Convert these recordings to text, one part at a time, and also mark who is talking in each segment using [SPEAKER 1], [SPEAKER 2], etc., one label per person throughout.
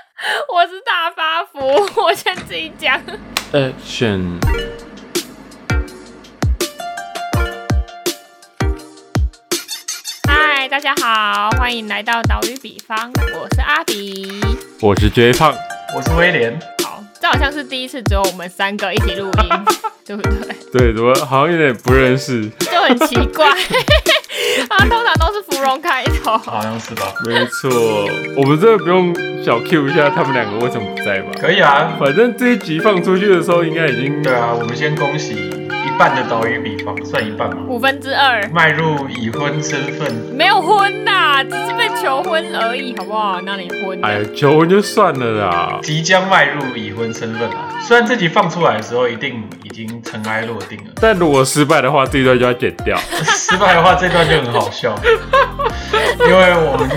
[SPEAKER 1] 的是大发福， 我先自己讲。
[SPEAKER 2] 呃 Action！
[SPEAKER 1] 嗨，大家好，欢迎来到岛屿比方，我是阿比。
[SPEAKER 2] 我是 J 胖，
[SPEAKER 3] 我是威廉，
[SPEAKER 1] 好，这好像是第一次只有我们三个一起录音，对不对？
[SPEAKER 2] 对，怎么好像有点不认识？
[SPEAKER 1] 就很奇怪。 啊，通常都是芙蓉开头。
[SPEAKER 3] 好像是吧？
[SPEAKER 2] 没错，我们真的不用小 Q 一下他们两个为什么不在吧？
[SPEAKER 3] 可以啊，
[SPEAKER 2] 反正这一集放出去的时候，应该已经
[SPEAKER 3] 对啊，我们先恭喜一半的岛屿比方，算一半嘛，
[SPEAKER 1] 五分之二
[SPEAKER 3] 迈入已婚身份，
[SPEAKER 1] 没有婚呐、只是被求婚而已，好不好？那里婚了？
[SPEAKER 2] 哎呀，求婚就算了啦。。
[SPEAKER 3] 即将迈入已婚身份啊。虽然这集放出来的时候，一定已经尘埃落定了
[SPEAKER 2] 但如果失败的话，这一段就要剪掉。
[SPEAKER 3] 失败的话，这段就很好笑，因为我们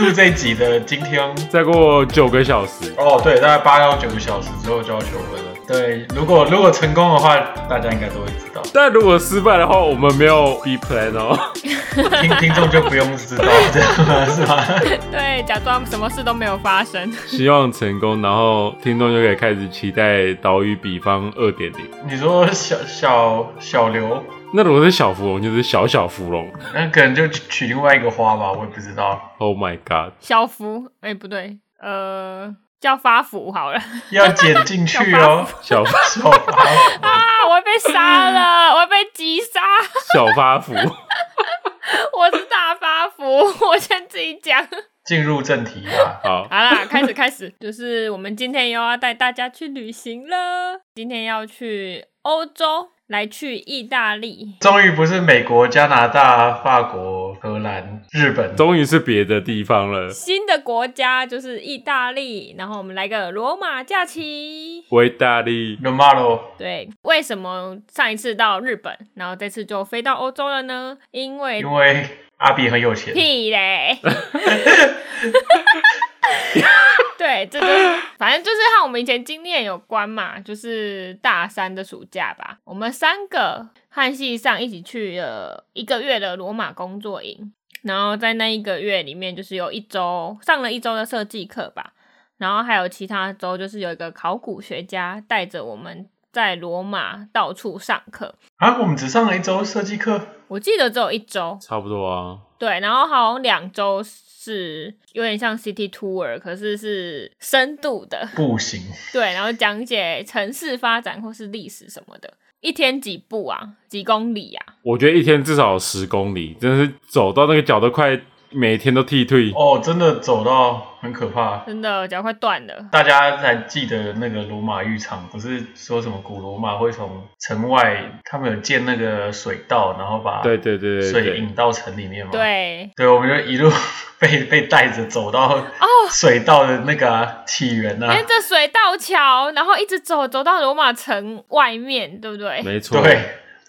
[SPEAKER 3] 录这一集的今天，
[SPEAKER 2] 再过九个小时，
[SPEAKER 3] 哦，对，大概八到九个小时之后就要求婚了。对，如果如果成功的话，大家应该都会知道，
[SPEAKER 2] 但如果失败的话，我们没有 B plan 哦。
[SPEAKER 3] 听听众就不用知道，这样是吧？
[SPEAKER 1] 对，假装什么事都没有发生。
[SPEAKER 2] 希望成功，然后听众就可以开始期待岛屿比方二点零。
[SPEAKER 3] 你说小小小刘，
[SPEAKER 2] 那如果是小芙蓉，就是小小芙蓉。
[SPEAKER 3] 那可能就取另外一个花吧，我也不知道。
[SPEAKER 2] Oh my god！
[SPEAKER 1] 小福，哎、不对，呃，叫发福好了。 啊
[SPEAKER 3] 要剪进去哦，
[SPEAKER 2] 小
[SPEAKER 3] 小花。
[SPEAKER 1] 啊！我会被杀了，我会被击杀，
[SPEAKER 2] 小发福，
[SPEAKER 1] 我是大发福，我先自己讲。
[SPEAKER 3] 进入正题啊，
[SPEAKER 2] 好，
[SPEAKER 1] 好啦，开始开始，就是我们今天又要带大家去旅行了，今天要去欧洲，来去意大利。
[SPEAKER 3] 终于不是美国、加拿大、法国、荷兰、日本，
[SPEAKER 2] 终于是别的地方了。
[SPEAKER 1] 新的国家就是意大利，然后我们来个罗马假期。
[SPEAKER 2] 维大利，
[SPEAKER 3] 罗马罗
[SPEAKER 1] 对，为什么上一次到日本，然后这次就飞到欧洲了呢？因为
[SPEAKER 3] 因为阿比很有钱，
[SPEAKER 1] 屁嘞！对，这就是反正就是和我们以前经验有关嘛，就是大三的暑假吧，我们三个和系上一起去了一个月的罗马工作营，然后在那一个月里面，就是有一周上了一周的设计课吧，然后还有其他周就是有一个考古学家带着我们在罗马到处上课，
[SPEAKER 3] 啊，我们只上了一周设计课，
[SPEAKER 1] 我记得只有一周，
[SPEAKER 2] 差不多啊。
[SPEAKER 1] 对，然后好像两周是有点像 City Tour，可是是深度的，
[SPEAKER 3] 不行，
[SPEAKER 1] 对，然后讲解城市发展或是历史什么的。一天几步啊？几公里啊？
[SPEAKER 2] 我觉得一天至少十公里，真的是走到那个脚都快每天都剃退。
[SPEAKER 3] 哦，真的走到很可怕。
[SPEAKER 1] 真的脚快断了。
[SPEAKER 3] 大家还记得那个罗马浴场，不是说什么古罗马会从城外，他们有建那个水道，然后把
[SPEAKER 2] 对对对对
[SPEAKER 3] 水
[SPEAKER 2] 对，
[SPEAKER 3] 引到城里面吗？
[SPEAKER 1] 对，
[SPEAKER 3] 对，我们就一路 被被带着走到
[SPEAKER 1] 哦
[SPEAKER 3] 水道的那个啊起源
[SPEAKER 1] 沿
[SPEAKER 3] 啊，
[SPEAKER 1] 着哎水道桥，然后一直走，走到罗马城外面，对不对？
[SPEAKER 2] 没错。
[SPEAKER 3] 对，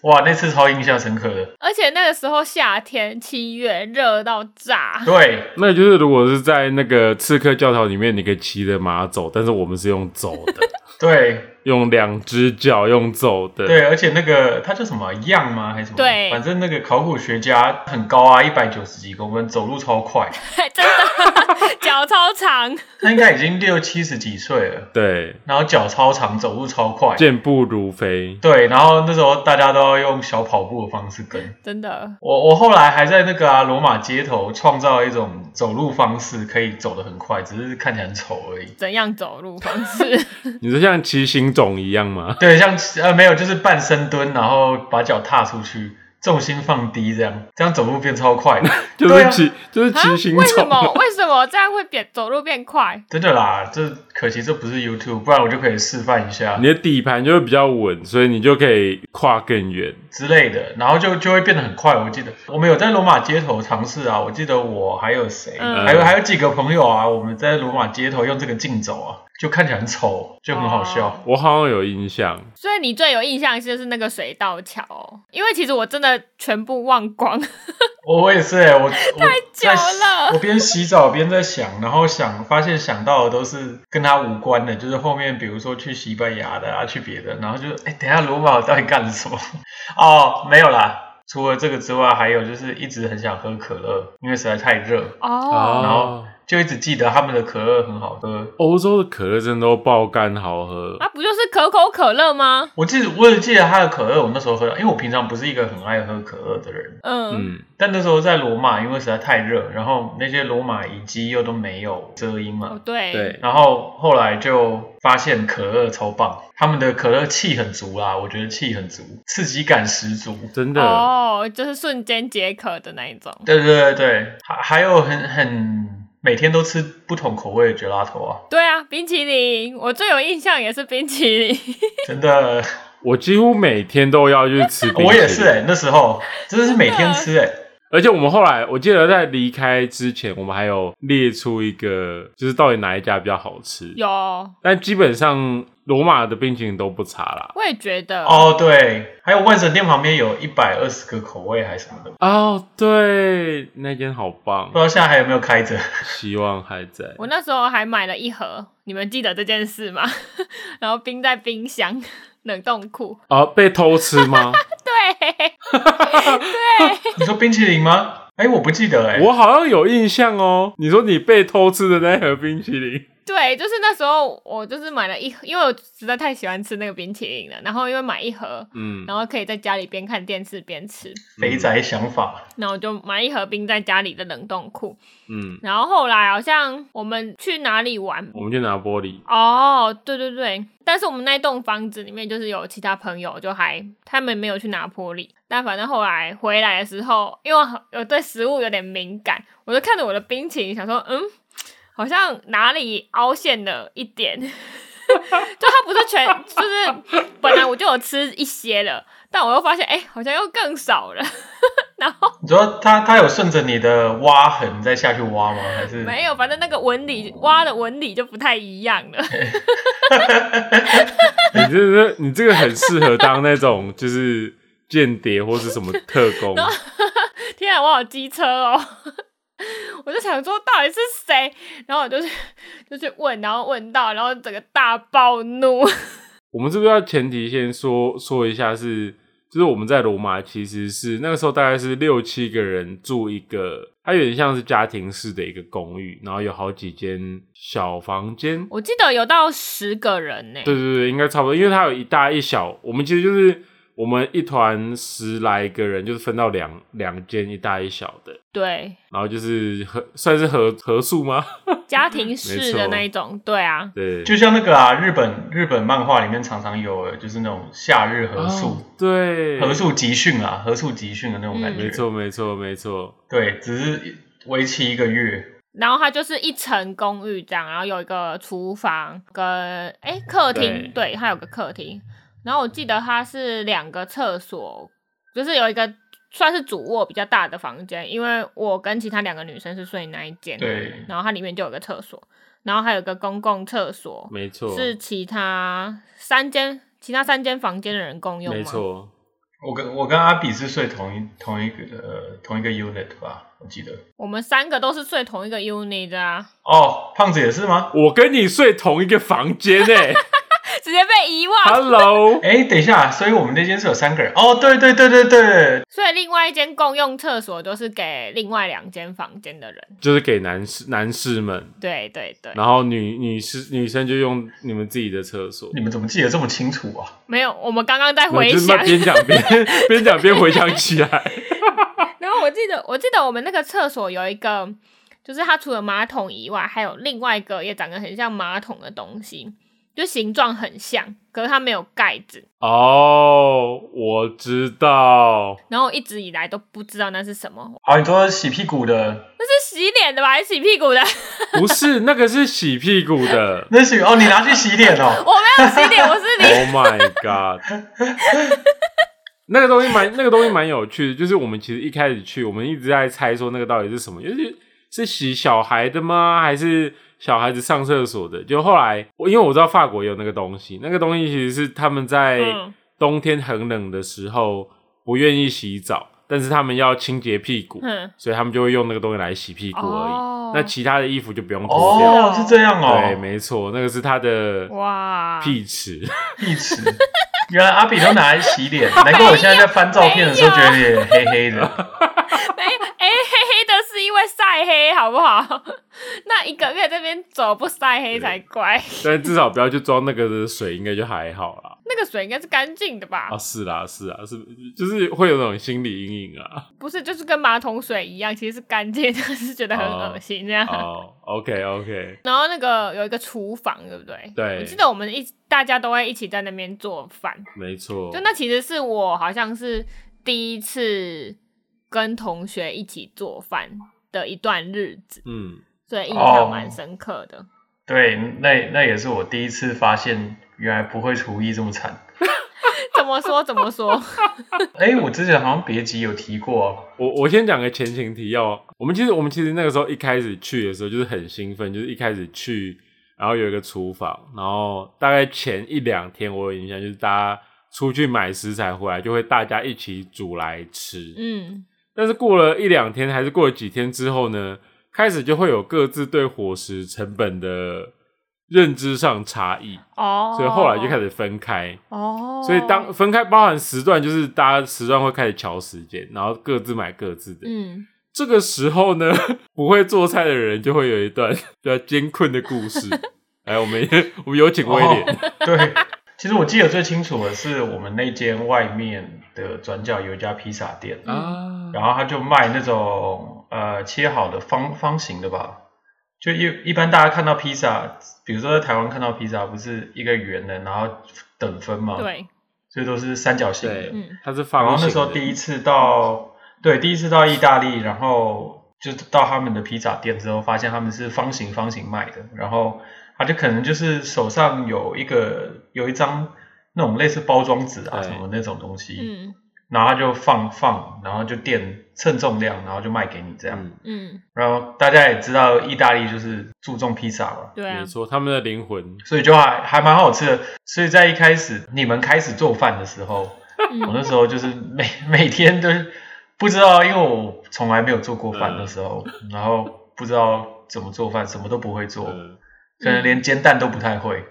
[SPEAKER 3] 哇，那次超印象深刻的。
[SPEAKER 1] 而且那个时候夏天，七月热到炸。
[SPEAKER 3] 对，
[SPEAKER 2] 那就是如果是在那个刺客教条里面，你可以骑着马走，但是我们是用走 的，
[SPEAKER 3] 对，
[SPEAKER 2] 用两只脚用走的。
[SPEAKER 3] 对，而且那个他叫什么啊样吗？还是什么？
[SPEAKER 1] 对
[SPEAKER 3] 反正那个考古学家很高啊，一百九十几公分，走路 超快。
[SPEAKER 1] 真的 脚超长，
[SPEAKER 3] 他应该已经六七十几岁了，
[SPEAKER 2] 对，
[SPEAKER 3] 然后脚超长，走路超快。
[SPEAKER 2] 健步如飞。
[SPEAKER 3] 对，然后那时候大家都要用小跑步的方式跟。
[SPEAKER 1] 真的
[SPEAKER 3] 我我后来还在那个啊罗马街头创造一种走路方式，可以走得很快，只是看起来很丑而已。
[SPEAKER 1] 怎样走路方式？
[SPEAKER 2] 你是像骑行种一样吗？
[SPEAKER 3] 对，像呃没有，就是半深蹲，然后把脚踏出去，重心放低，这样这样走路变超快。
[SPEAKER 2] 就
[SPEAKER 3] 对啊
[SPEAKER 2] 是骑，就是
[SPEAKER 1] 啊
[SPEAKER 2] 骑行
[SPEAKER 1] 为什
[SPEAKER 2] 种。
[SPEAKER 1] 么？为什么这样会变走路变快？
[SPEAKER 3] 真的啦，这可惜这不是 YouTube，不然我就可以示范一 下
[SPEAKER 2] 你的底盘就会比较稳，所以你就可以跨更远。
[SPEAKER 3] 之类的，然后就就会变得很快。我记得我们有在罗马街头尝试啊，我记得我还有谁，
[SPEAKER 1] 嗯
[SPEAKER 3] 还有还有几个朋友啊，我们在罗马街头用这个竞走啊，就看起来很丑，就很好笑。
[SPEAKER 1] 哦
[SPEAKER 2] 我好像有印象，
[SPEAKER 1] 所以你最有印象就是那个水道桥哦，因为其实我真的全部忘光，
[SPEAKER 3] 我我也是、 欸，我太
[SPEAKER 1] 久了
[SPEAKER 3] 我边洗澡边在想，然后想发现想到的都是跟他无关的，就是后面比如说去西班牙的啊，去别的，然后就哎、等一下罗马我到底干了什么？ 哦，没有啦。除了这个之外，还有就是一直很想喝可乐，因为实在太热，
[SPEAKER 1] 哦，
[SPEAKER 3] 然后就一直记得他们的可乐很好喝。
[SPEAKER 2] 欧洲的可乐真的都爆干好喝，
[SPEAKER 1] 啊，不就是可口可乐吗？
[SPEAKER 3] 我记得我也记得他的可乐，我那时候喝到，因为我平常不是一个很爱喝可乐的人，
[SPEAKER 1] 嗯，
[SPEAKER 2] 嗯，
[SPEAKER 3] 但那时候在罗马，因为实在太热，然后那些罗马遗迹又都没有遮阴嘛
[SPEAKER 1] 哦，对，
[SPEAKER 2] 对，
[SPEAKER 3] 然后后来就发现可乐超棒，他们的可乐气很足啦，我觉得气很足，刺激感十足。
[SPEAKER 2] 真的，
[SPEAKER 1] 哦，就是瞬间解渴的那一种。
[SPEAKER 3] 对对对对，还还有很很每天都吃不同口味的 gelato 啊，
[SPEAKER 1] 对啊，冰淇淋，我最有印象也是冰淇淋。
[SPEAKER 3] 真的，
[SPEAKER 2] 我几乎每天都要去 吃冰淇淋。
[SPEAKER 3] 我 也是哎、那时候真的是每天吃哎、
[SPEAKER 2] 而且我们后来，我记得在离开之前，我们还有列出一个，就是到底哪一家比较好吃。
[SPEAKER 1] 有，
[SPEAKER 2] 但基本上罗马的冰淇淋都不差啦。
[SPEAKER 1] 我也觉得。
[SPEAKER 3] 哦对，还有万神殿旁边有一百二十个口味还是什么的，
[SPEAKER 2] 哦，对，那间好棒
[SPEAKER 3] 不知，道现在还有没有开着。
[SPEAKER 2] 希望还在。
[SPEAKER 1] 嗯我那时候还买了一盒，你们记得这件事吗？ 然后冰在冰箱冷冻库。
[SPEAKER 2] 哦，被偷吃 吗？
[SPEAKER 1] 对，
[SPEAKER 3] 你说冰淇淋吗？哎，我不记得哎、
[SPEAKER 2] 我好像有印象哦。你说你被偷吃的那盒冰淇淋，
[SPEAKER 1] 对，就是那时候我就是买了一盒，因为我实在太喜欢吃那个冰淇淋了。然后因为买一盒，
[SPEAKER 2] 嗯，
[SPEAKER 1] 然后可以在家里边看电视边吃，
[SPEAKER 3] 肥宅想法，
[SPEAKER 1] 然后我就买一盒冰在家里的冷冻库。
[SPEAKER 2] 嗯，
[SPEAKER 1] 然后后来好像我们去哪里玩
[SPEAKER 2] 我们就拿玻璃，
[SPEAKER 1] 哦，对对对，但是我们那栋房子里面就是有其他朋友，就还他们没有去拿玻璃，但反正后来回来的时候，因为我我对食物有点敏感，我就看着我的冰淇淋，想说，嗯，好像哪里凹陷了一点，就 它不是全，就是本来我就有吃一些了，但我又发现，哎、好像又更少了， 然后
[SPEAKER 3] 你说他他有顺着你的挖痕再下去挖吗？还是
[SPEAKER 1] 没有，反正那个纹理挖的纹理就不太一样了。
[SPEAKER 2] 你这是你这个很适合当那种就是间谍或是什么特工，
[SPEAKER 1] 天啊，我好机车哦！ 我就想说到底是谁，然后我就去 就去问，然后问到，然后整个大暴怒。
[SPEAKER 2] 我们是不是要前提先说说一下是，就是我们在罗马其实是那个时候大概是六七个人住一个，它有点像是家庭式的一个公寓，然后有好几间小房间。
[SPEAKER 1] 我记得有到十个人呢、
[SPEAKER 2] 对对对，应该差不多，因为它有一大一小，我们其实就是我们一团十来个人，就是分到两两间一大一小的，
[SPEAKER 1] 对，
[SPEAKER 2] 然后就是合算是合合宿吗？
[SPEAKER 1] 家庭式
[SPEAKER 2] 没
[SPEAKER 1] 的
[SPEAKER 2] 错
[SPEAKER 1] 那一种，对啊，
[SPEAKER 2] 对，
[SPEAKER 3] 就像那个啊，日本日本漫画里面常常有，就是那种夏日合
[SPEAKER 2] 哦
[SPEAKER 3] 宿、
[SPEAKER 2] 对，嗯
[SPEAKER 3] 合宿集训啊，合宿集训的那种感觉。
[SPEAKER 2] 没错没错没错，
[SPEAKER 3] 对，只是为期一个月。
[SPEAKER 1] 然后它就是一层公寓这样，然后有一个厨房跟哎客厅，对，它有个客厅。然后我记得它是两个厕所，就是有一个算是主卧比较大的房间，因为我跟其他两个女生是睡那一间，
[SPEAKER 3] 对，
[SPEAKER 1] 然后它里面就有个厕所，然后还有个公共厕所，
[SPEAKER 2] 没错，
[SPEAKER 1] 是其他三间其他三间房间的人共用吗？
[SPEAKER 2] 没错，
[SPEAKER 3] 我跟我跟阿比是睡同一同一个呃同一个 unit 吧，我记得。
[SPEAKER 1] 我们三个都是睡同一个 unit 的啊，
[SPEAKER 3] 哦，胖子也是吗？
[SPEAKER 2] 我跟你睡同一个房间诶、
[SPEAKER 1] 直接被遗忘。
[SPEAKER 2] Hello，
[SPEAKER 3] 哎，等一下，所以我们那间是有三个人。哦，对对对对对，
[SPEAKER 1] 所以另外一间共用厕所就是给另外两间房间的人。
[SPEAKER 2] 就是给男士男士们，
[SPEAKER 1] 对对对，
[SPEAKER 2] 然后女女士女生就用你们自己的厕所。
[SPEAKER 3] 你们怎么记得这么清楚啊？
[SPEAKER 1] 没有，我们刚刚在
[SPEAKER 2] 我
[SPEAKER 1] 回
[SPEAKER 2] 就是
[SPEAKER 1] 想。
[SPEAKER 2] 边讲边边讲边回想起来，
[SPEAKER 1] 然后我记得，我记得我们那个厕所有一个，就是它除了马桶以外，还有另外一个也长得很像马桶的东西，就形状很像，可是它没有盖子。
[SPEAKER 2] 哦，我知道，
[SPEAKER 1] 然后我一直以来都不知道那是什么，
[SPEAKER 3] 啊好，你说洗屁股的，
[SPEAKER 1] 那是洗脸的吧，还是洗屁股的？
[SPEAKER 2] 不是那个是洗屁股的
[SPEAKER 3] 那洗哦，你拿去洗脸哦。
[SPEAKER 1] 我没有洗脸，我是你。
[SPEAKER 2] ，Oh my god，那个东西蛮那个东西蛮有趣的，就是我们其实一开始去，我们一直在猜说那个到底是什么，就是是洗小孩的吗？还是小孩子上厕所的？就后来我因为我知道法国也有那个东西，那个东西其实是他们在。
[SPEAKER 1] 嗯，
[SPEAKER 2] 冬天很冷的时候不愿意洗澡，但是他们要清洁屁股，
[SPEAKER 1] 嗯
[SPEAKER 2] 所以他们就会用那个东西来洗屁股而已。
[SPEAKER 1] 哦
[SPEAKER 2] 那其他的衣服就不用脱掉。
[SPEAKER 3] 哦，是这样哦。
[SPEAKER 2] 对，没错，那个是他的
[SPEAKER 1] 哇，
[SPEAKER 2] 屁池。
[SPEAKER 3] 壁纸。 原来阿比都拿来洗脸，难怪我现在在翻照片的时候觉得脸黑黑的。
[SPEAKER 1] 哎没有，哎、黑黑的是因为晒黑黑，好不好？ 那一个月这边走不晒黑才 乖。
[SPEAKER 2] 但至少不要去装那个的水，应该就还好啦。
[SPEAKER 1] 那个水应该是干净的吧？
[SPEAKER 2] 啊，是啦，是啊，是就是会有那种心理阴影 啊。
[SPEAKER 1] 不是，就是跟马桶水一样，其实是干净，但是觉得很恶心这样。
[SPEAKER 2] 哦，OK OK，
[SPEAKER 1] 然后那个有一个厨房，对不对？
[SPEAKER 2] 对
[SPEAKER 1] 我记得我们一起大家都会一起在那边做饭，
[SPEAKER 2] 没错
[SPEAKER 1] 就。那其实是我好像是第一次跟同学一起做饭的一段日子，
[SPEAKER 2] 嗯，
[SPEAKER 1] 所以印
[SPEAKER 3] 哦
[SPEAKER 1] 象蛮深刻的。
[SPEAKER 3] 对，那那也是我第一次发现，原来不会厨艺这么惨。
[SPEAKER 1] 怎么说？怎么 说？
[SPEAKER 3] 哎，我之前好像别集有提过、哦，
[SPEAKER 2] 我我先讲个前情提要。我们其实我们其实那个时候一开始去的时候就是很兴奋，就是一开始去，然后有一个厨房，然后大概前一两天我有印象就是大家出去买食材回来就会大家一起煮来吃。
[SPEAKER 1] 嗯，
[SPEAKER 2] 但是过了一两天还是过了几天之后呢，开始就会有各自对伙食成本的认知上差异，
[SPEAKER 1] 哦，
[SPEAKER 2] 所以后来就开始分开。
[SPEAKER 1] 哦，
[SPEAKER 2] 所以当分开包含时段，就是大家时段会开始调时间，然后各自买各自的。
[SPEAKER 1] 嗯，
[SPEAKER 2] 这个时候呢， 不会做菜的人就会有一段 比较艰困的故 事。哎来，我们我们有请威廉。
[SPEAKER 3] 哦对，其实我记得最清楚的是我们那间外面的转角有一家披萨店，
[SPEAKER 1] 嗯
[SPEAKER 2] 啊，
[SPEAKER 3] 然后他就卖那种呃切好的方方形的吧，就一一般大家看到披萨，比如说在台湾看到披萨不是一个圆的，然后等分嘛，，
[SPEAKER 1] 对，
[SPEAKER 2] 哦
[SPEAKER 3] 所以都是三角形的
[SPEAKER 2] 对。
[SPEAKER 1] 嗯，
[SPEAKER 2] 他是
[SPEAKER 3] 然
[SPEAKER 2] 方
[SPEAKER 3] 后
[SPEAKER 2] 形的。
[SPEAKER 3] 那时候第一次到，对，第一次到意大利，然后就到他们的披萨店之后，发现他们是方形方形卖的，然后他就可能就是手上有一个有一张那种类似包装纸啊
[SPEAKER 2] 对
[SPEAKER 3] 什么那种东西，
[SPEAKER 1] 嗯
[SPEAKER 3] 然后他就放放，然后就垫称重量，然后就卖给你这样。
[SPEAKER 2] 嗯，
[SPEAKER 1] 嗯，
[SPEAKER 3] 然后大家也知道意大利就是注重披萨嘛，
[SPEAKER 1] 对啊
[SPEAKER 2] 没，错，他们的灵魂。
[SPEAKER 3] 所以就还还蛮好吃的。所以在一开始你们开始做饭的时候，我
[SPEAKER 1] 嗯
[SPEAKER 3] 那时候就是每 每天都是不知道，因为我从来没有做过饭
[SPEAKER 2] 嗯
[SPEAKER 3] 的时候，然后不知道怎么做饭，什么都不会做，
[SPEAKER 2] 嗯，
[SPEAKER 3] 可能连煎蛋都不太会。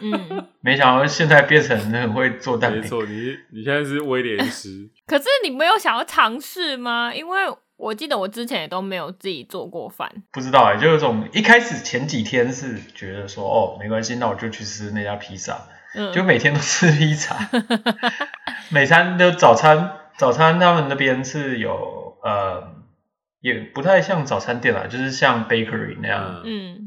[SPEAKER 1] 嗯，
[SPEAKER 3] 没想到现在变成很会做蛋
[SPEAKER 2] 没
[SPEAKER 3] 饼，
[SPEAKER 2] 错，你你现在是威廉 师。
[SPEAKER 1] 可是你没有想要尝试吗？因为我记得我之前也都没有自己做过饭，
[SPEAKER 3] 不知道哎、就有种一开始前几天是觉得说哦没关系，那我就去吃那家披萨，
[SPEAKER 1] 嗯，
[SPEAKER 3] 就每天都吃披萨， 每餐都早餐，早餐他们那边是有呃，也不太像早餐店啦，就是像 bakery 那样，
[SPEAKER 2] 嗯，
[SPEAKER 1] 嗯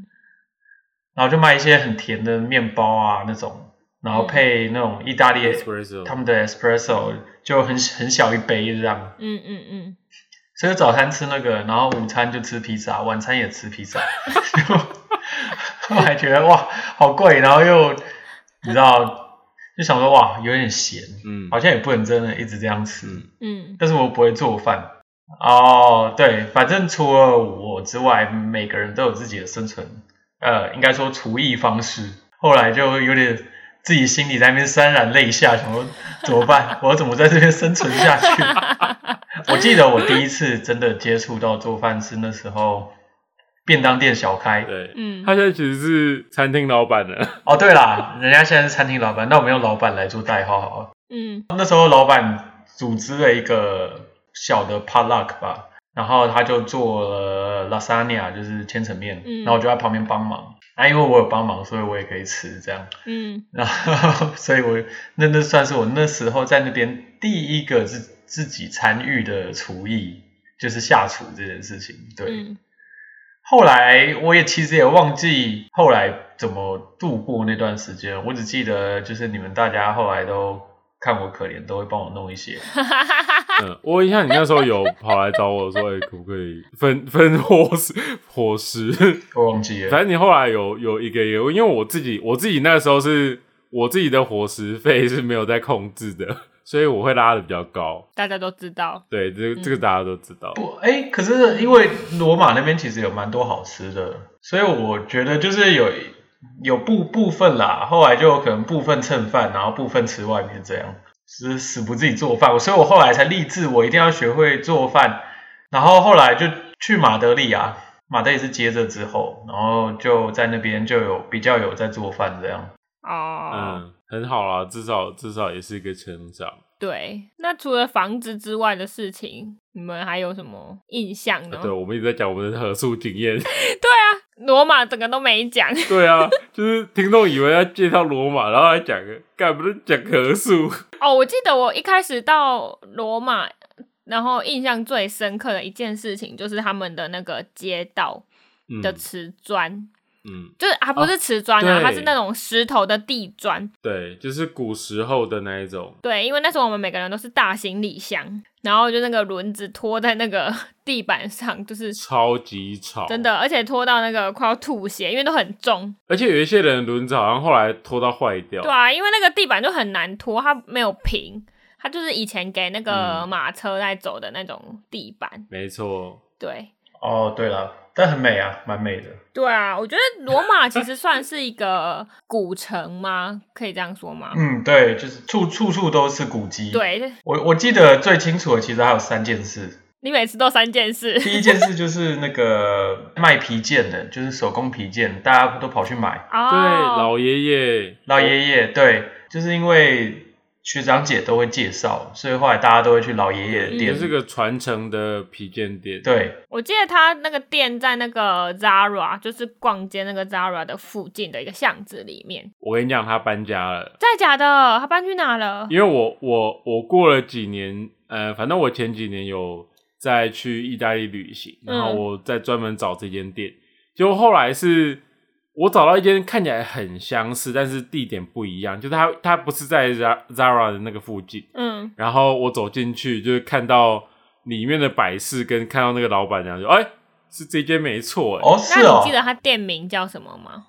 [SPEAKER 3] 然后就卖一些很甜的面包啊那种，然后配那种意大利
[SPEAKER 2] 嗯 Espresso
[SPEAKER 3] 他们的 espresso 就很很小一杯这样，
[SPEAKER 1] 嗯嗯嗯，
[SPEAKER 3] 所以早餐吃那个，然后午餐就吃披萨，晚餐也吃披萨。 后来觉得哇，好贵，然后又你知道，就想说哇，有点咸，
[SPEAKER 2] 嗯
[SPEAKER 3] 好像也不能真的一直这样吃。
[SPEAKER 2] 嗯
[SPEAKER 1] 嗯
[SPEAKER 3] 但是我不会做饭哦，对，反正除了我之外，每个人都有自己的生存，呃，应该说厨艺方式。后来就有点自己心里在那边潸然泪下，想说怎 么办？我要怎么在这边生存下去？我记得我第一次真的接触到做饭是那时候便当店小开。
[SPEAKER 2] 对，
[SPEAKER 1] 嗯
[SPEAKER 2] 他现在其实是餐厅老板了。
[SPEAKER 3] 哦，对啦，人家现在是餐厅老板，那我们用老板来做代号好了。
[SPEAKER 1] 嗯
[SPEAKER 3] 那时候老板组织了一个小的 potluck 吧，然后他就做了 lasagna，就是千层面，
[SPEAKER 1] 嗯
[SPEAKER 3] 然后我就在旁边帮忙。啊，因为我有帮忙，所以我也可以吃这样。
[SPEAKER 1] 嗯
[SPEAKER 3] 然后，所以我那那算是我那时候在那边第一个自自己参与的厨艺，就是下厨这件事情。对，
[SPEAKER 1] 嗯
[SPEAKER 3] 后来我也其实也忘记后来怎么度过那段时间，我只记得就是你们大家后来都看我可怜，都会帮我弄一些。
[SPEAKER 2] 嗯，我印象你那时候有跑来找我说，哎、可不可以分分伙食伙食？
[SPEAKER 3] 我忘记了
[SPEAKER 2] 反正你后来有有一个一个，因为我自己我自己那时候是我自己的伙食费是没有在控制的，所以我会拉的比较高。
[SPEAKER 1] 大家都知道，
[SPEAKER 2] 对，这个这个大家都知道。
[SPEAKER 3] 不，哎，可是因为罗马那边其实有蛮多好吃的，所以我觉得就是有有部部分啦，后来就可能部分蹭饭，然后部分吃外面这样，就是死不自己做饭。所以我后来才立志，我一定要学会做饭。然后后来就去马德里啊，马德里是接着之后，然后就在那边就有比较有在做饭这样。
[SPEAKER 1] 哦，
[SPEAKER 2] 嗯嗯，很好啦，至少至少也是一个成长。
[SPEAKER 1] 对，那除了房子之外的事情，你们还有什么印象呢？
[SPEAKER 2] 呃对，我们一直在讲我们的合宿经验。
[SPEAKER 1] 对啊，罗马整个都没讲，
[SPEAKER 2] 对啊，就是听众以为要介绍罗马，然后还讲个，干不是讲合宿？
[SPEAKER 1] 哦，我记得我一开始到罗马，然后印象最深刻的一件事情就是他们的那个街道
[SPEAKER 2] 嗯
[SPEAKER 1] 的瓷砖，
[SPEAKER 2] 嗯，
[SPEAKER 1] 就是啊不是瓷砖啊，
[SPEAKER 2] 对
[SPEAKER 1] 它是那种石头的地砖。
[SPEAKER 2] 对，就是古时候的那一种。
[SPEAKER 1] 对，因为那时候我们每个人都是大行李箱，然后就那个轮子拖在那个 地板上，就是
[SPEAKER 2] 超级吵，
[SPEAKER 1] 真。的，而且拖到那个快要吐血，因为都很重。
[SPEAKER 2] 而且有一些人轮子好像后来拖到坏掉，
[SPEAKER 1] 对啊，因为那个地板就很难拖，它没有平。它就是以前给那个
[SPEAKER 2] 嗯
[SPEAKER 1] 马车在走的那种地板，
[SPEAKER 2] 没错，
[SPEAKER 1] 对，
[SPEAKER 3] 哦，对了，但很美啊，蛮美的。
[SPEAKER 1] 对啊，我觉得罗马其实算是一个古城吗？可以这样说吗？
[SPEAKER 3] 嗯，对，就是处处处都是古迹。，
[SPEAKER 1] 对，
[SPEAKER 3] 我我记得最清楚的其实还有三件事。
[SPEAKER 1] 你每次都三件 事，
[SPEAKER 3] 第一件事就是那个卖皮件的，就是手工皮件，大家都跑去买。
[SPEAKER 1] 哦，
[SPEAKER 2] 对，老爷爷，
[SPEAKER 3] 老爷爷，对，就是因为学长姐都会介绍，所以后来大家都会去老爷爷的
[SPEAKER 2] 嗯也
[SPEAKER 3] 店。
[SPEAKER 2] 是个传承的皮件店，，
[SPEAKER 3] 对，
[SPEAKER 1] 我记得他那个店在那个 Zara，就是逛街那个 Zara 的附近的一个巷子里面。
[SPEAKER 2] 我跟你讲，他搬家了，
[SPEAKER 1] 真的假的？他搬去哪了？
[SPEAKER 2] 因为我我我过了几年，呃，反正我前几年有在去意大利旅行，
[SPEAKER 1] 嗯
[SPEAKER 2] 然后我在专门找这间店，结果后来是。我找到一间看起来很相似，但是地点不一样，就是它它不是在 Za- Zara 的那个附近，
[SPEAKER 1] 嗯，
[SPEAKER 2] 然后我走进去，就是看到里面的摆饰，跟看到那个老板娘，就哎、是这间没错哎、
[SPEAKER 3] 哦，是
[SPEAKER 1] 那
[SPEAKER 3] 哦
[SPEAKER 1] 你记，得他店名叫什么吗？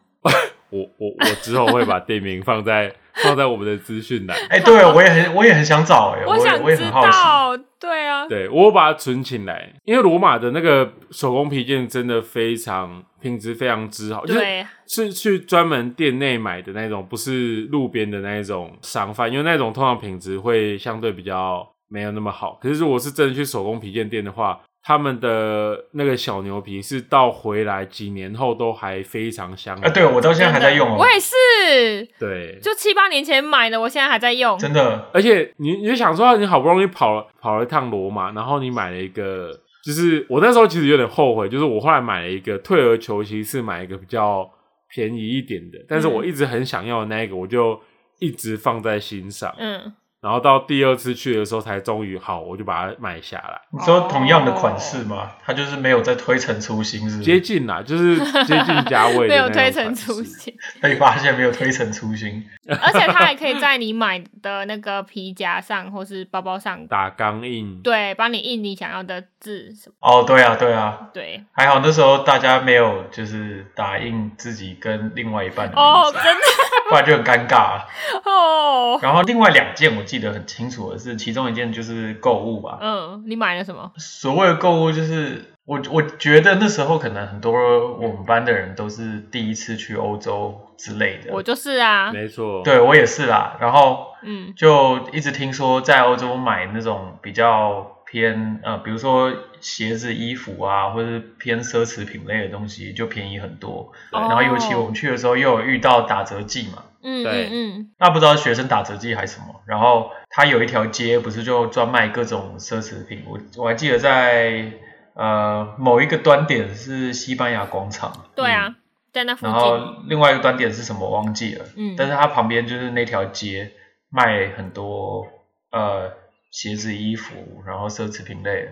[SPEAKER 2] 我我我之后会把店名放在放在我们的资讯栏，
[SPEAKER 3] 哎，对，我也很我也很想找，哎，我也
[SPEAKER 1] 想
[SPEAKER 3] 我也
[SPEAKER 1] 知
[SPEAKER 3] 很好奇。
[SPEAKER 1] 道，对啊，
[SPEAKER 2] 对我把它存起来，因为罗马的那个手工皮件真的非常品质非常之好，就是
[SPEAKER 1] 对
[SPEAKER 2] 是去专门店内买的那种，不是路边的那一种商贩，因为那种通常品质会相对比较没有那么好。可是如果是真的去手工皮件店的话，他们的那个小牛皮是到回来几年后都还非常香
[SPEAKER 3] 啊，对，我到现在还在用哦
[SPEAKER 1] 我，也是，
[SPEAKER 2] 对，
[SPEAKER 1] 就七八年前买的，我现在还在用。
[SPEAKER 3] 真的，
[SPEAKER 2] 而且你你就想说，你好不容易跑了跑了一趟罗马，然后你买了一个，就是我那时候其实有点后悔，就是我后来买了一个，退而求其次买一个比较便宜一点的，但是
[SPEAKER 1] 嗯
[SPEAKER 2] 我一直很想要的那一个，我就一直放在心上，
[SPEAKER 1] 嗯，
[SPEAKER 2] 然后到第二次去的时候才终于好，我就把它买下来，
[SPEAKER 3] 你
[SPEAKER 1] 哦
[SPEAKER 3] 说同样的款式吗？它就是没有在推陈出新，是不
[SPEAKER 2] 接
[SPEAKER 3] 是？
[SPEAKER 2] 近啦，就是 接近价
[SPEAKER 1] 没
[SPEAKER 2] 位的那
[SPEAKER 1] 有嗯
[SPEAKER 2] 种
[SPEAKER 1] 推陈
[SPEAKER 2] 款
[SPEAKER 1] 出
[SPEAKER 2] 式。
[SPEAKER 1] 新，
[SPEAKER 3] 被发现没有推陈出新，
[SPEAKER 1] 而且它还可以在你买的那个皮夹上或是包包上，
[SPEAKER 2] 打钢印，
[SPEAKER 1] 对，帮你印你想要的字什么。
[SPEAKER 3] 哦，对啊，对啊，
[SPEAKER 1] 对，
[SPEAKER 3] 还好那时候大家没有就是打印自己跟另外一半的名
[SPEAKER 1] 哦，
[SPEAKER 3] 字，
[SPEAKER 1] 真的
[SPEAKER 3] 不然就很尴尬。
[SPEAKER 1] 哦，
[SPEAKER 3] 然后另外两件我记得很清楚的是，其中一件就是购物吧。
[SPEAKER 1] 嗯，你买了什么？
[SPEAKER 3] 所谓的购物就是我我觉得那时候可能很多我们班的人都是第一次去欧洲之类的
[SPEAKER 1] 我，就是啊，
[SPEAKER 2] 没错，
[SPEAKER 3] 对我也是啦。然后
[SPEAKER 1] 嗯，
[SPEAKER 3] 就一直听说在欧洲买那种比较偏呃，比如说鞋子、衣服啊，或者是偏奢侈品类的东西就便宜很多。
[SPEAKER 1] 哦
[SPEAKER 3] 然后尤其我们去的时候又有遇到打折季嘛，
[SPEAKER 1] 嗯
[SPEAKER 2] 对
[SPEAKER 1] 嗯嗯，
[SPEAKER 3] 那不知道学生打折季还是什么，然后它有一条街不是就专卖各种奢侈品，我我还记得在呃某一个端点是西班牙广场，
[SPEAKER 1] 对啊，
[SPEAKER 2] 嗯
[SPEAKER 1] 在那附
[SPEAKER 3] 然
[SPEAKER 1] 近，
[SPEAKER 3] 后另外一个端点是什么忘记了，
[SPEAKER 1] 嗯
[SPEAKER 3] 但是它旁边就是那条街卖很多呃鞋子、衣服，然后奢侈品类的，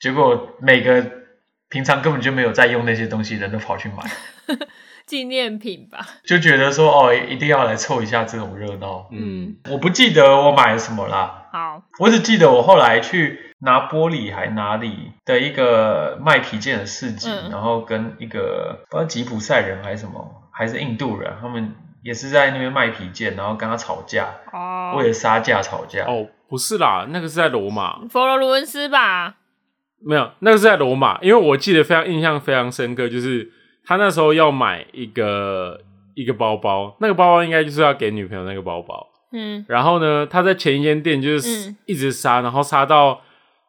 [SPEAKER 3] 结果每个平常根本就没有在用那些东西的人都跑去买，
[SPEAKER 1] 纪念品吧，
[SPEAKER 3] 就觉得说哦一定要来凑一下这种热闹。
[SPEAKER 2] 嗯，
[SPEAKER 3] 我不记得我买了什么啦，
[SPEAKER 1] 好，
[SPEAKER 3] 我只记得我后来去拿玻璃还哪里的一个卖皮件的市集，
[SPEAKER 1] 嗯
[SPEAKER 3] 然后跟一个不知道吉普赛人还是什么，还是印度人，他们也是在那边卖皮件，然后跟他吵架，
[SPEAKER 1] 哦，
[SPEAKER 3] 为了杀价吵架。
[SPEAKER 2] 哦，不是啦，那个是在罗马，
[SPEAKER 1] 佛罗伦斯吧，
[SPEAKER 2] 没有，那个是在罗马，因为我记得非常印象非常深刻，就是他那时候要买一个一个包包，那个包包应该就是要给女朋友那个包包。
[SPEAKER 1] 嗯，
[SPEAKER 2] 然后呢，他在前一间店就是
[SPEAKER 1] 嗯
[SPEAKER 2] 一直杀，然后杀到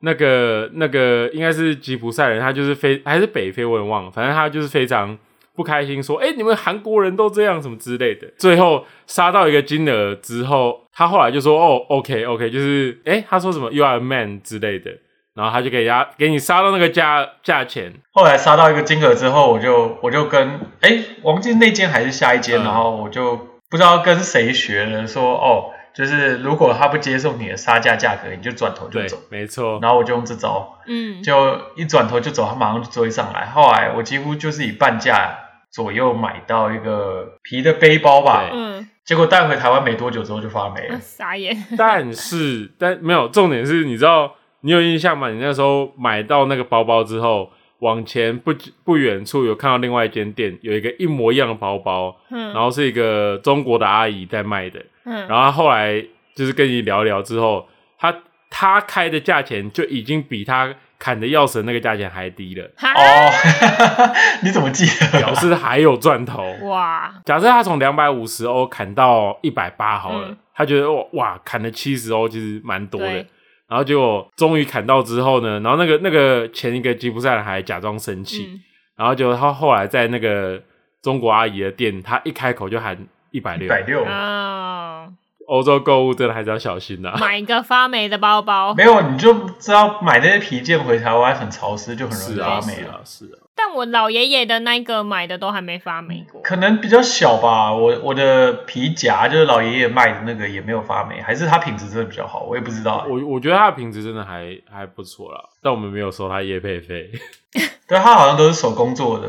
[SPEAKER 2] 那个那个应该是吉普赛人，他就是非还是北非，我也忘了，反正他就是非常不开心，说：“哎、你们韩国人都这样，什么之类的。”最后杀到一个金额之后，他后来就说：“哦，OK OK，就是哎、他说什么 ‘You are a man’ 之类的，然后他就给他给你杀到那个价价钱，
[SPEAKER 3] 后来杀到一个金额之后，我就我就跟哎，我忘记那间还是下一间，
[SPEAKER 2] 嗯
[SPEAKER 3] 然后我就不知道跟谁学了，说哦，就是如果他不接受你的杀价价格，你就转头就
[SPEAKER 2] 对
[SPEAKER 3] 走。，
[SPEAKER 2] 没错，
[SPEAKER 3] 然后我就用这招，
[SPEAKER 1] 嗯，
[SPEAKER 3] 就一转头就走，他马上就追上来。后来我几乎就是以半价左右买到一个皮的背包吧
[SPEAKER 2] 对，
[SPEAKER 1] 嗯，啊
[SPEAKER 3] 结果带回台湾没多久之后就发霉了。
[SPEAKER 1] 傻眼，
[SPEAKER 2] 但是，但没有重点是，你知道你有印象吗？你那时候买到那个包包之后，往前不不远处有看到另外一间店有一个一模一样的包包，
[SPEAKER 1] 嗯，
[SPEAKER 2] 然后是一个中国的阿姨在卖的。
[SPEAKER 1] 嗯，，
[SPEAKER 2] 然后她后来就是跟你聊聊之后，她她开的价钱就已经比她砍的要死的那个价钱还低了
[SPEAKER 1] 哈，
[SPEAKER 3] 哦， 你怎么记 得？
[SPEAKER 2] 表示还有赚头。
[SPEAKER 1] 哇，嗯
[SPEAKER 2] 假设他从两百五十欧砍到一百八好了，
[SPEAKER 1] 嗯
[SPEAKER 2] 他觉得哇哇砍了七十欧其实蛮多的
[SPEAKER 1] 对，
[SPEAKER 2] 然后结果终于砍到之后呢，然后那个那个前一个吉普赛人还假装生气，
[SPEAKER 1] 嗯，
[SPEAKER 2] 然后结果他后来在那个中国阿姨的店，他一开口就喊一百
[SPEAKER 3] 一
[SPEAKER 2] 六，
[SPEAKER 3] 百六，
[SPEAKER 1] 哦，
[SPEAKER 2] 欧洲购物真的还是要小心呐、啊
[SPEAKER 1] 买一个发霉的包包，
[SPEAKER 3] 没有你就知道买那些皮件回台湾很潮湿，就很容易
[SPEAKER 2] 是
[SPEAKER 3] 发
[SPEAKER 2] 啊
[SPEAKER 3] 霉
[SPEAKER 2] 是
[SPEAKER 3] 了。
[SPEAKER 2] 啊是啊，
[SPEAKER 1] 但我老爷爷的那个买的都还没发霉过，
[SPEAKER 3] 可能比较小吧，我我的皮夹就是老爷爷卖的那个也没有发霉，还是它品质真的比较好，我也不知道。
[SPEAKER 2] 我我觉得它的品质真的还还不错啦，但我们没有收它业配费，
[SPEAKER 3] 对，它好像都是手工做的，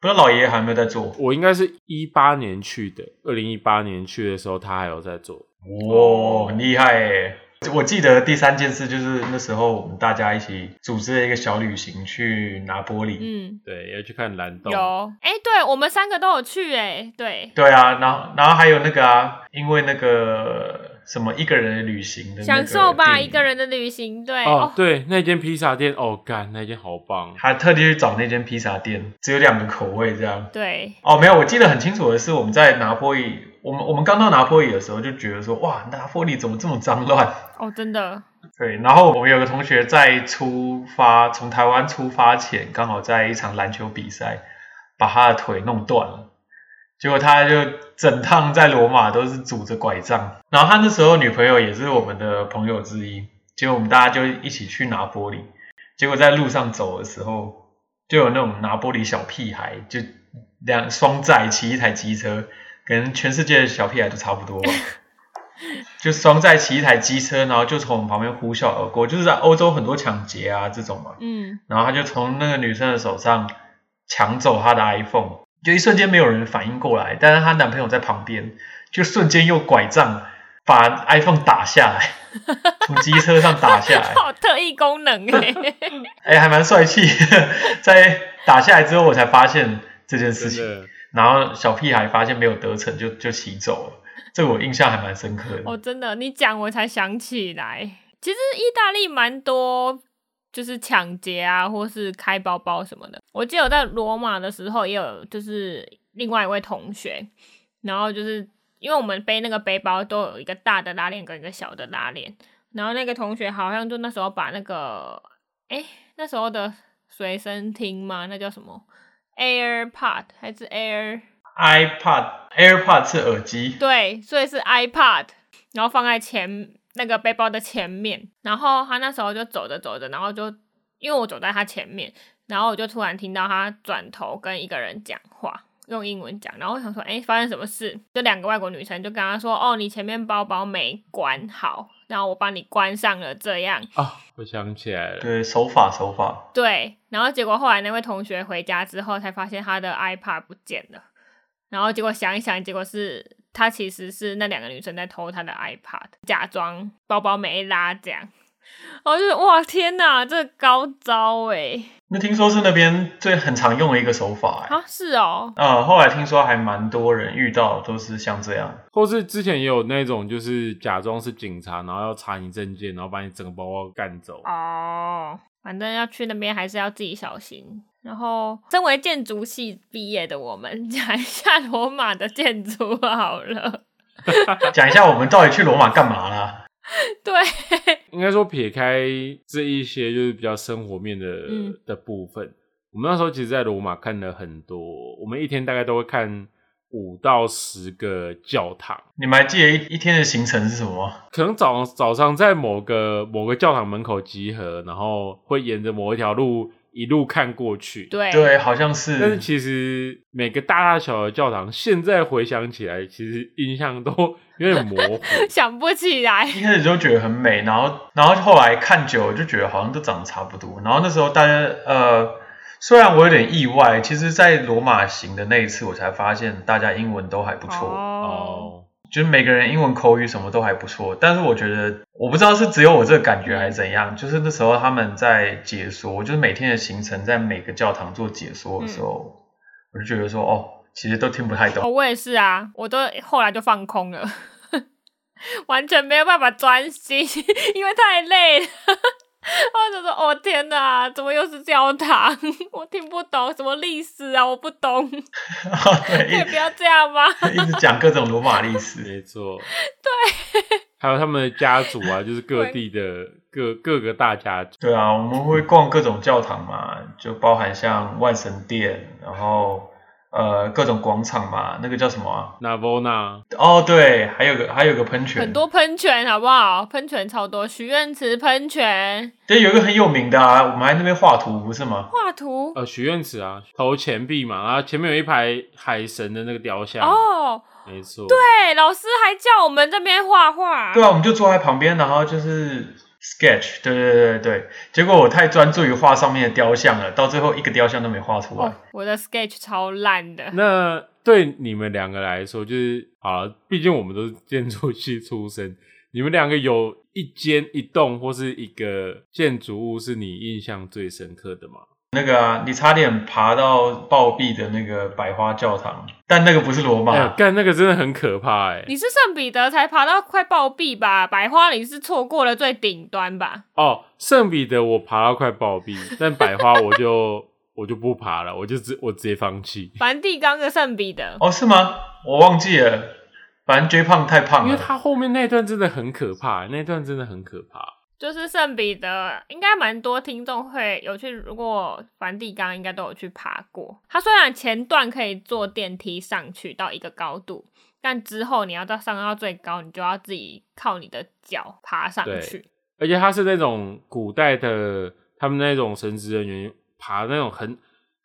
[SPEAKER 3] 不知道老爷爷还有没有在做。
[SPEAKER 2] 我应该是一八年去的，二零一八年去的时候他还有在做。
[SPEAKER 1] 哦
[SPEAKER 3] 哇，哦很厉害耶！我记得第三件事就是那时候我们大家一起组织了一个小旅行去拿玻璃。
[SPEAKER 1] 嗯，
[SPEAKER 2] 对，要去看蓝哦洞。
[SPEAKER 1] 有，哎、对我们三个都有去、哎，对，
[SPEAKER 3] 对啊，然后然后还有那个啊，因为那个什么一个人的旅行的那个
[SPEAKER 1] 享受吧，
[SPEAKER 3] 电影
[SPEAKER 1] 一个。人的旅行，对，
[SPEAKER 2] 哦，对，那间披萨店，哦，干，那间好棒。
[SPEAKER 3] 还特地去找那间披萨店，只有两个口味这样。
[SPEAKER 1] 对，
[SPEAKER 3] 哦，没有，我记得很清楚的是，我们在拿坡里，我们我们刚到拿坡里的时候就觉得说，哇，拿坡里怎么这么脏乱？
[SPEAKER 1] 哦，真的，
[SPEAKER 3] 对，然后我们有个同学在出发，从台湾出发前，刚好在一场篮球比赛，把他的腿弄断了，结果他就整趟在罗马都是拄着拐杖。然后他那时候女朋友也是我们的朋友之一，结果我们大家就一起去拿玻璃，结果在路上走的时候，就有那种拿玻璃小屁孩，就两双载骑一台机车，跟全世界的小屁孩都差不多吧。就双载骑一台机车，然后就从我们旁边呼啸而过，就是在欧洲很多抢劫啊这种嘛。
[SPEAKER 1] 嗯，
[SPEAKER 3] 然后他就从那个女生的手上抢走她的 iPhone，就一瞬间没有人反应过来，但是她男朋友在旁边，就瞬间用拐杖把 iPhone 打下来，从机车上打下 来，
[SPEAKER 1] 好特异功 能、哎，
[SPEAKER 3] 哎，还蛮帅气的。在打下来之后，我才发现这件
[SPEAKER 2] 真
[SPEAKER 3] 事情，
[SPEAKER 2] 的，
[SPEAKER 3] 然后小屁孩发现没有得逞就就骑走了，这个我印象还蛮深刻的。
[SPEAKER 1] 哦，真的，你讲我才想起来，其实意大利蛮多。就是抢劫啊，或是开包包什么的。我记得我在罗马的时候，也有就是另外一位同学，然后就是因为我们背那个背包都有一个大的拉链跟一个小的拉链，然后那个同学好像就那时候把那个，哎、那时候的随身听吗？那叫什么？AirPod 还是 Air？
[SPEAKER 3] iPad、AirPod 是耳机，
[SPEAKER 1] 对，所以是 iPad，然后放在前那个背包的前面。然后他那时候就走着走着，然后就因为我走在他前面，然后我就突然听到他转头跟一个人讲话，用英文讲。然后我想说，哎，发生什么事？就两个外国女生就跟他说，哦，你前面包包没关好，然后我帮你关上了，这样
[SPEAKER 2] 啊、我想起来了，
[SPEAKER 3] 对，手法手法，
[SPEAKER 1] 对。然后结果后来那位同学回家之后才发现他的 iPad 不见了，然后结果想一想，结果是他其实是那两个女生在偷他的 iPad，假装包包没拉这样。然后就是哇天哪，这高招哎！
[SPEAKER 3] 那听说是那边最很常用的一个手法、欸。
[SPEAKER 1] 啊是哦，
[SPEAKER 3] 呃，后来听说还蛮多人遇到都是像这样，
[SPEAKER 2] 或是之前也有那种就是假装是警察，然后要查你证件，然后把你整个包包干走。
[SPEAKER 1] 哦，反正要去那边还是要自己小心。然后，身为建筑系毕业的我们， 讲一下罗马的建筑好了。
[SPEAKER 3] 讲一下我们到底去罗马干嘛啦？
[SPEAKER 1] 对，
[SPEAKER 2] 应该说撇开这一些就是比较生活面的、
[SPEAKER 1] 嗯
[SPEAKER 2] 的部分，我们那时候其实，在罗马看了很多，我们一天大概都会看五到十个教堂。
[SPEAKER 3] 你们还记得一一天的行程是什么吗？
[SPEAKER 2] 可能早早上在某个某个教堂门口集合，然后会沿着某一条路一路看过去。
[SPEAKER 1] 对
[SPEAKER 3] 对，好像
[SPEAKER 2] 但是
[SPEAKER 3] 是，
[SPEAKER 2] 其实每个大大小小的教堂，现在回想起来，其实印象都有点模糊。
[SPEAKER 1] 想不起来。
[SPEAKER 3] 一开始就觉得很美，然后然后后来看久了就觉得好像都长得差不多。然后那时候大家呃，虽然我有点意外，其实，在罗马行的那一次，我才发现大家英文都还不错。
[SPEAKER 1] 哦，
[SPEAKER 2] 哦，
[SPEAKER 3] 就是每个人英文口语什么都还不错，但是我觉得我不知道是只有我这个感觉还是怎样，就是那时候他们在解说，就是每天的行程在每个教堂做解说的时候，我就觉得说哦，其实都听不太懂。
[SPEAKER 1] 哦我也是啊，我都后来就放空了， 完全没有办法专心， 因为太累了。 我就说，哦天哪，怎么又是教堂？ 我听不懂什么历史啊，我不懂， 可以
[SPEAKER 3] 对，
[SPEAKER 1] 不要这样 吗？
[SPEAKER 3] 一一直讲各种罗马历史。
[SPEAKER 2] 没错，对。还有他们的家族啊，就是各地的各各个大家族。
[SPEAKER 3] 对啊，我们会逛各种教堂嘛，就包含像万神殿，然后呃各种广场嘛，那个叫什么啊？
[SPEAKER 2] Navona，
[SPEAKER 3] 哦，对，还有个还有个喷泉，
[SPEAKER 1] 很多喷泉好不好？喷泉超多，许愿池喷泉
[SPEAKER 3] 对，有一个很有名的啊，我们还在那边画图不是吗？
[SPEAKER 1] 画图
[SPEAKER 2] 呃，许愿池啊，投钱币嘛，然后前面有一排海神的那个雕
[SPEAKER 3] 啊
[SPEAKER 2] 像。，
[SPEAKER 1] 哦，
[SPEAKER 2] 没错。对，
[SPEAKER 1] 对，老师还叫我们这边画画，
[SPEAKER 3] 对啊，我们就坐在旁边，然后就是 sketch，对对对对对。结果我太专注于画上面的雕像了，到最后一个雕像都没画出来。
[SPEAKER 1] 哦，我的 sketch 超烂 的，
[SPEAKER 2] 那对你们两个来说，就是啊，毕竟我们都是建筑系出身，你们两个有一间一栋或是一个建筑物是你印象最深刻的吗？
[SPEAKER 3] 那个啊，你差点爬到暴毙的那个百花教堂，但那个不是罗马，
[SPEAKER 2] 哎、干、那个真的很可怕哎、
[SPEAKER 1] 你是圣彼得才爬到快暴毙吧？百花林是错过了最顶端吧？
[SPEAKER 2] 哦，圣彼得我爬到快暴毙，但百花我就我就不爬了，我就直我直接放弃，
[SPEAKER 1] 梵蒂冈的圣彼得，
[SPEAKER 3] 哦，是吗？我忘记了，反正 J 胖太胖
[SPEAKER 2] 因为
[SPEAKER 3] 了。
[SPEAKER 2] 他后面那段真的很可怕，那段真的很可怕。
[SPEAKER 1] 就是圣彼得，应该蛮多听众会有去，如果梵蒂冈应该都有去爬过。它虽然前段可以坐电梯上去到一个高度，但之后你要到上到最高，你就要自己靠你的脚爬上
[SPEAKER 2] 对
[SPEAKER 1] 去。
[SPEAKER 2] 而且他是那种古代的，他们那种神职人员爬那种很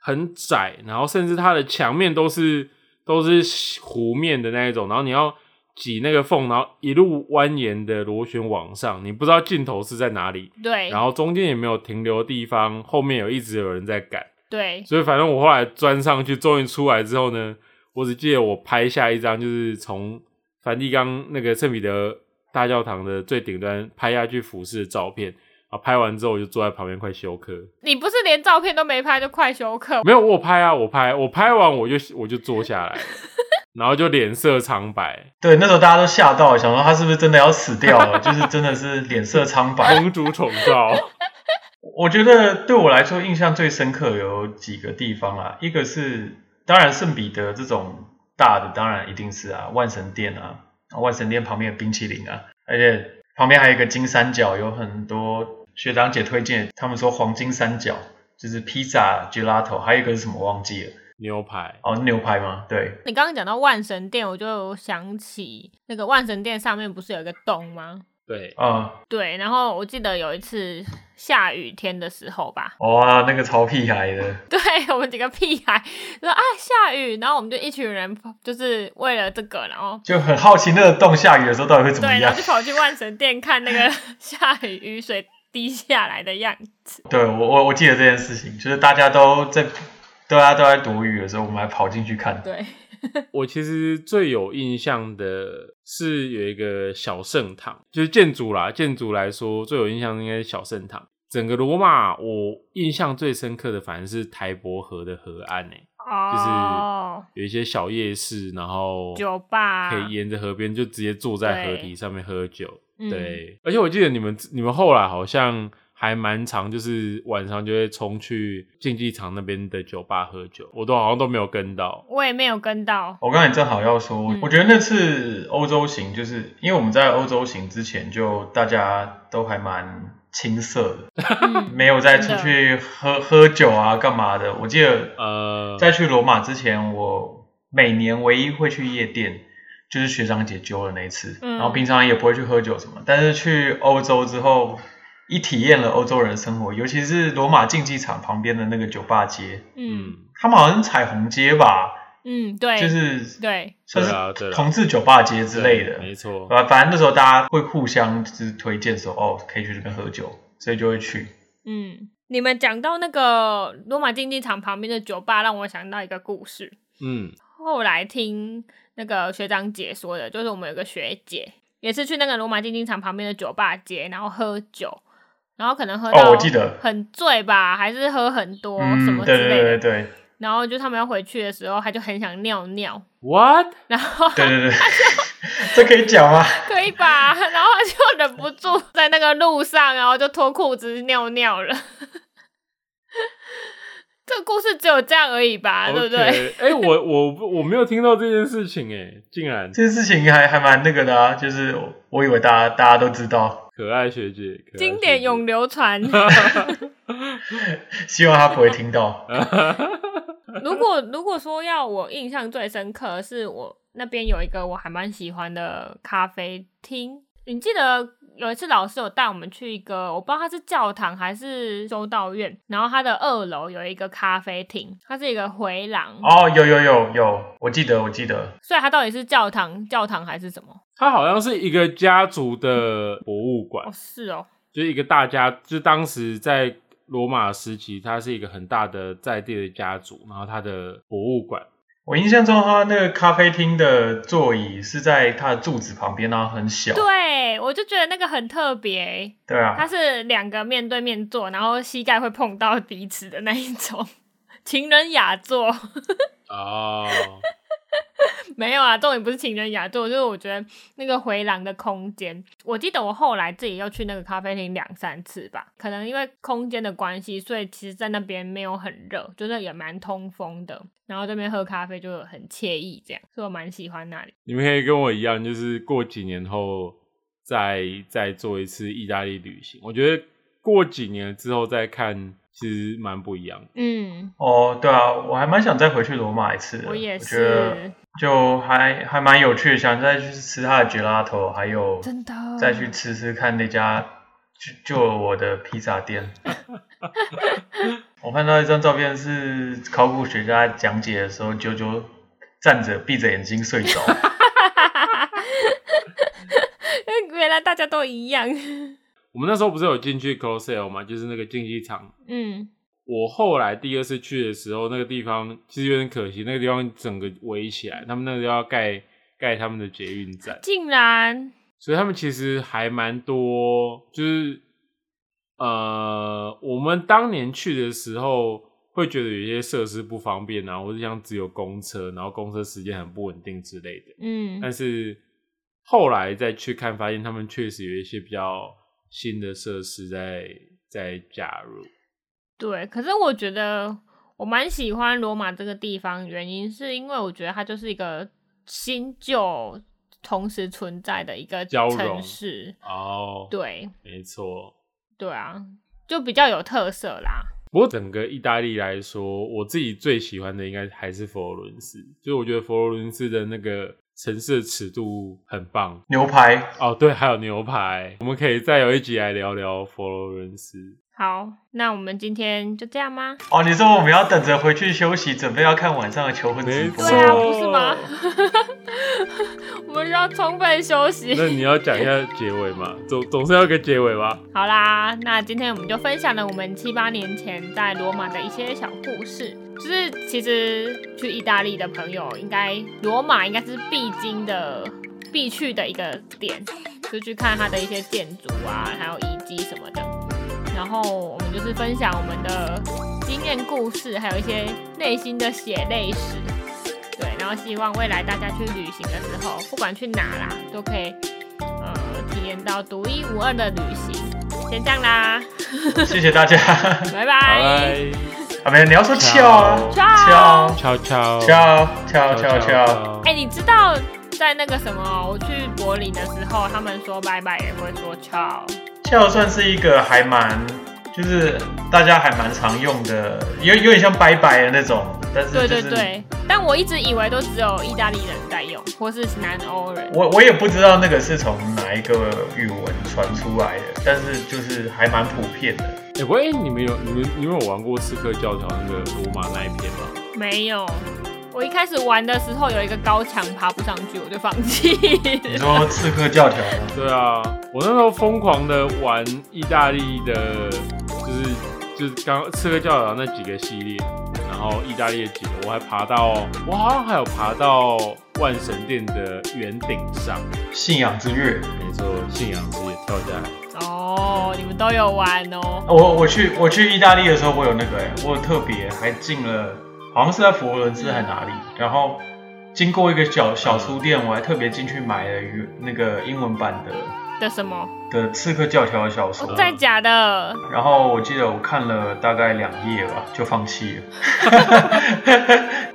[SPEAKER 2] 很窄，然后甚至它的墙面都是都是弧面的那一种，然后你要挤那个缝，然后一路蜿蜒的螺旋往上，你不知道尽头是在哪里，
[SPEAKER 1] 对
[SPEAKER 2] 然后中间也没有停留的地方，后面有一直有人在赶，
[SPEAKER 1] 对，
[SPEAKER 2] 所以反正我后来钻上去，终于出来之后呢，我只记得我拍下一张，就是从梵蒂冈那个圣彼得大教堂的最顶端拍下去俯视的照片。啊，拍完之后我就坐在旁边快休克，
[SPEAKER 1] 你不是连照片都没拍就快休克？
[SPEAKER 2] 没有我有拍啊，我拍，我拍完我就我就坐下来了，然后就脸色苍白，
[SPEAKER 3] 对，那时候大家都吓到，想说他是不是真的要死掉 了，就是真的是脸色苍白。
[SPEAKER 2] 公主宠照。
[SPEAKER 3] 我觉得对我来说印象最深刻有几个地方啊，一个是当然圣彼得这种大的，当然一定是啊万神殿啊，万神殿旁边有冰淇淋啊，而且旁边还有一个金三角，有很多学长姐推荐，他们说黄金三角就是披萨、gelato，还有一个是什么忘记了，
[SPEAKER 2] 牛排，
[SPEAKER 3] 哦牛排吗？对，
[SPEAKER 1] 你刚刚讲到万神殿，我就想起那个万神殿上面不是有一个洞吗？
[SPEAKER 2] 对，
[SPEAKER 3] 啊、
[SPEAKER 1] 对，然后我记得有一次下雨天的时候吧，
[SPEAKER 3] 哇那个超屁孩的，
[SPEAKER 1] 对我们几个屁孩说啊下雨，然后我们就一群人就是为了这个，然后
[SPEAKER 3] 就很好奇那个洞下雨的时候到底会怎么
[SPEAKER 1] 对，然
[SPEAKER 3] 样
[SPEAKER 1] 后就。跑去万神殿看那 个下雨雨水滴下来的样子。
[SPEAKER 3] 对我我我记得这件事情，就是大家都在啊大家都在躲雨的时候，我们还跑进去看。
[SPEAKER 1] 对，
[SPEAKER 2] 我其实最有印象的是有一个小圣堂，就是建筑啦，建筑来说最有印象的应该是小圣堂。整个罗马，我印象最深刻的反而是台伯河的河岸诶、
[SPEAKER 1] 哦，
[SPEAKER 2] 有一些小夜市，然后
[SPEAKER 1] 酒吧
[SPEAKER 2] 可以沿着河边就直接坐在河
[SPEAKER 1] 对
[SPEAKER 2] 堤上面喝酒。
[SPEAKER 1] 嗯
[SPEAKER 2] 对，而且我记得你们你们后来好像还蛮常，就是晚上就会冲去竞技场那边的酒吧喝酒，我都好像都没有跟到。
[SPEAKER 1] 我也没有跟 到，
[SPEAKER 3] 我刚才正好要说，
[SPEAKER 1] 嗯
[SPEAKER 3] 我觉得那次欧洲行，就是因为我们在欧洲行之前就大家都还蛮青涩的，
[SPEAKER 1] 嗯
[SPEAKER 3] 没有再出去喝喝酒啊干嘛的。我记得
[SPEAKER 2] 呃，
[SPEAKER 3] 在去罗马之前，我每年唯一会去夜店，就是学长姐揪的那一次。
[SPEAKER 1] 嗯
[SPEAKER 3] 然后平常也不会去喝酒什么，但是去欧洲之后，一体验了欧洲人的生活，尤其是罗马竞技场旁边的那个酒吧街，
[SPEAKER 1] 嗯
[SPEAKER 2] 嗯，
[SPEAKER 3] 他们好像是彩虹街吧，
[SPEAKER 1] 嗯，对，
[SPEAKER 3] 就是
[SPEAKER 1] 对，
[SPEAKER 3] 算
[SPEAKER 2] 对啊对
[SPEAKER 3] 是
[SPEAKER 2] 啊
[SPEAKER 3] 同志酒吧街之类的
[SPEAKER 2] 对。没错。
[SPEAKER 3] 反反正那时候大家会互相就是推荐说，哦，可以去这边喝酒，所以就会去。
[SPEAKER 1] 嗯，你们讲到那个罗马竞技场旁边的酒吧，让我想到一个故事。
[SPEAKER 2] 嗯，
[SPEAKER 1] 后来听那个学长姐说的，就是我们有个学姐也是去那个罗马竞技场旁边的酒吧街，然后喝酒，然后可能喝到
[SPEAKER 3] 哦我记得
[SPEAKER 1] 很醉吧，还是喝很多哦什
[SPEAKER 3] 嗯，
[SPEAKER 1] 么之
[SPEAKER 3] 对
[SPEAKER 1] 类的。
[SPEAKER 3] 对对对
[SPEAKER 1] 然后就他们要回去的时候，他就很想尿尿，
[SPEAKER 2] What？
[SPEAKER 1] 然后
[SPEAKER 3] 对对对对， 这可以讲吗？
[SPEAKER 1] 可以吧？然后他就忍不住在那个路上，然后就脱裤子尿尿了。 这个故事只有这样而已吧啊对不对？
[SPEAKER 2] OK？哎、我我不我没有听到这件事情、哎，竟然
[SPEAKER 3] 这件事情还还蛮那个的啊，就是我以为大家大家都知道，
[SPEAKER 2] 可爱学姐，可爱
[SPEAKER 1] 经
[SPEAKER 2] 学
[SPEAKER 1] 典
[SPEAKER 2] 姐
[SPEAKER 1] 永流传。
[SPEAKER 3] 希望他不会听到。
[SPEAKER 1] 如果如果说要我印象最深刻的是我那边有一个我还蛮喜欢的咖啡厅，你记得有一次老师有带我们去一个，我不知道它是教堂还是修道院，然后它的二楼有一个咖啡厅，它是一个回廊，
[SPEAKER 3] 哦，有有有有，我记得我记得，
[SPEAKER 1] 所以它到底是教堂教堂还是什么？
[SPEAKER 2] 它好像是一个家族的博物馆
[SPEAKER 1] 哦，，是哦，
[SPEAKER 2] 就是一个大家，就是当时在罗马时期，它是一个很大的在地的家族，然后它的博物馆，
[SPEAKER 3] 我印象中他那个咖啡厅的座椅是在他的柱子旁边，然后很小。
[SPEAKER 1] 对我就觉得那个很特别，欸
[SPEAKER 3] 对
[SPEAKER 1] 它
[SPEAKER 3] 啊，
[SPEAKER 1] 是两个面对面坐，然后膝盖会碰到彼此的那一种 情人雅座。
[SPEAKER 2] 哦，
[SPEAKER 1] 没有啊，重点不是情人雅座，就是我觉得那个回廊的空间。我记得我后来自己又去那个咖啡厅两三次吧，可能因为空间的关系，所以其实在那边没有很热，就是也蛮通风的。然后这边喝咖啡就很惬意，这样，所以我蛮喜欢那里。
[SPEAKER 2] 你们可以跟我一样，就是过几年后再再做一次意大利旅行。我觉得过几年之后再看，其实蛮不一样的。
[SPEAKER 1] 嗯，
[SPEAKER 3] 哦对啊，我还蛮想再回去罗马一次的。
[SPEAKER 1] 我也
[SPEAKER 3] 觉得
[SPEAKER 1] 是，
[SPEAKER 3] 就还还蛮有趣的，想再去吃他的 gelato，还有
[SPEAKER 1] 真的。
[SPEAKER 3] 再去 吃吃看那家就就我的披萨 店。我看到一张照片是考古学家讲解的时候，啾啾站着闭着眼睛睡着。
[SPEAKER 1] 原来大家都一样。
[SPEAKER 2] 我们那时候不是有进去 close sale 吗？就是那个竞技场。
[SPEAKER 1] 嗯，
[SPEAKER 2] 我后来第二次去的时候，那个地方其实有点可惜，那个地方整个围起来，他们那个要盖盖他们的捷运站，
[SPEAKER 1] 竟然，
[SPEAKER 2] 所以他们其实还蛮多，就是呃，我们当年去的时候会觉得有一些设施不方便啊，或者像只有公车，然后公车时间很不稳定之类的。
[SPEAKER 1] 嗯
[SPEAKER 2] 但是后来再去看，发现他们确实有一些比较新的设施在在加入。
[SPEAKER 1] 对，可是我觉得我蛮喜欢罗马这个地方，原因是因为我觉得它就是一个新旧同时存在的一个
[SPEAKER 2] 交融
[SPEAKER 1] 城市。
[SPEAKER 2] 哦，
[SPEAKER 1] 对
[SPEAKER 2] 没错。
[SPEAKER 1] 对啊，就比较有特色啦。
[SPEAKER 2] 不过整个意大利来说，我自己最喜欢的应该还是佛罗伦斯，就是我觉得佛罗伦斯的那个城市的尺度很棒
[SPEAKER 3] 牛排，
[SPEAKER 2] 哦。对，还有牛排，我们可以再有一集来聊聊佛罗伦斯。
[SPEAKER 1] 好，那我们今天就这样吗？
[SPEAKER 3] 哦，你说我们要等着回去休息，准备要看晚上的求婚直
[SPEAKER 2] 没
[SPEAKER 3] 播
[SPEAKER 2] 错，
[SPEAKER 1] 对啊不是吗 我们需要充分休息。
[SPEAKER 2] 哦那你要讲一下结尾嘛，总总是要有个结尾吧。
[SPEAKER 1] 好啦，那今天我们就分享了我们七八年前在罗马的一些小故事。就是其实去意大利的朋友，应该罗马应该是必经的、必去的一个点，就去看它的一些建筑啊，还有遗迹什么的。然后我们就是分享我们的经验故事，还有一些内心的血泪史。对，然后希望未来大家去旅行的时候，不管去哪啦，都可以呃体验到独一无二的旅行。先这样啦，
[SPEAKER 3] 谢谢大家。
[SPEAKER 1] 拜拜，
[SPEAKER 2] 拜拜，
[SPEAKER 3] 啊，没有，你要说翘啊，
[SPEAKER 1] ciao
[SPEAKER 3] 翘
[SPEAKER 2] 悄悄
[SPEAKER 3] 翘翘翘翘。
[SPEAKER 1] 哎、你知道在那个什么，我去柏林的时候，他们说拜拜也会说 ciao。
[SPEAKER 3] 敲跳算是一个还蛮，就是大家还蛮常用的，有有点像拜拜的那种，但是、就
[SPEAKER 1] 对
[SPEAKER 3] 是、
[SPEAKER 1] 对对，但我一直以为都只有意大利人在用，或是南欧人。
[SPEAKER 3] 我我也不知道那个是从哪一个语文传出来的，但是就是还蛮普遍的。
[SPEAKER 2] 哎、喂，你们有你们你们有玩过《刺客教条》那个罗马那一篇吗？
[SPEAKER 1] 没有，我一开始玩的时候有一个高墙爬不上去，我就放弃 了。
[SPEAKER 3] 你说刺客教条吗？
[SPEAKER 2] 对啊，我那时候疯狂的玩意大利的，就是就是刚《刺客教条》那几个系列，然后意大利的几个，我还爬到，我好像还有爬到万神殿的圆顶上，
[SPEAKER 3] 信仰之月。
[SPEAKER 2] 没错，信仰之也跳下来。
[SPEAKER 1] 哦，你们都有玩哦。
[SPEAKER 3] 啊我我去我去意大利的时候，我有那个、欸，我有特别还进了，好像是在佛罗伦斯还哪里，然后经过一个小小书店，我还特别进去买了一那个英文版的
[SPEAKER 1] 的什么？
[SPEAKER 3] 的《刺客教条》的小说
[SPEAKER 1] 哦，，真的假的？
[SPEAKER 3] 然后我记得我看了大概两页吧，就放弃了。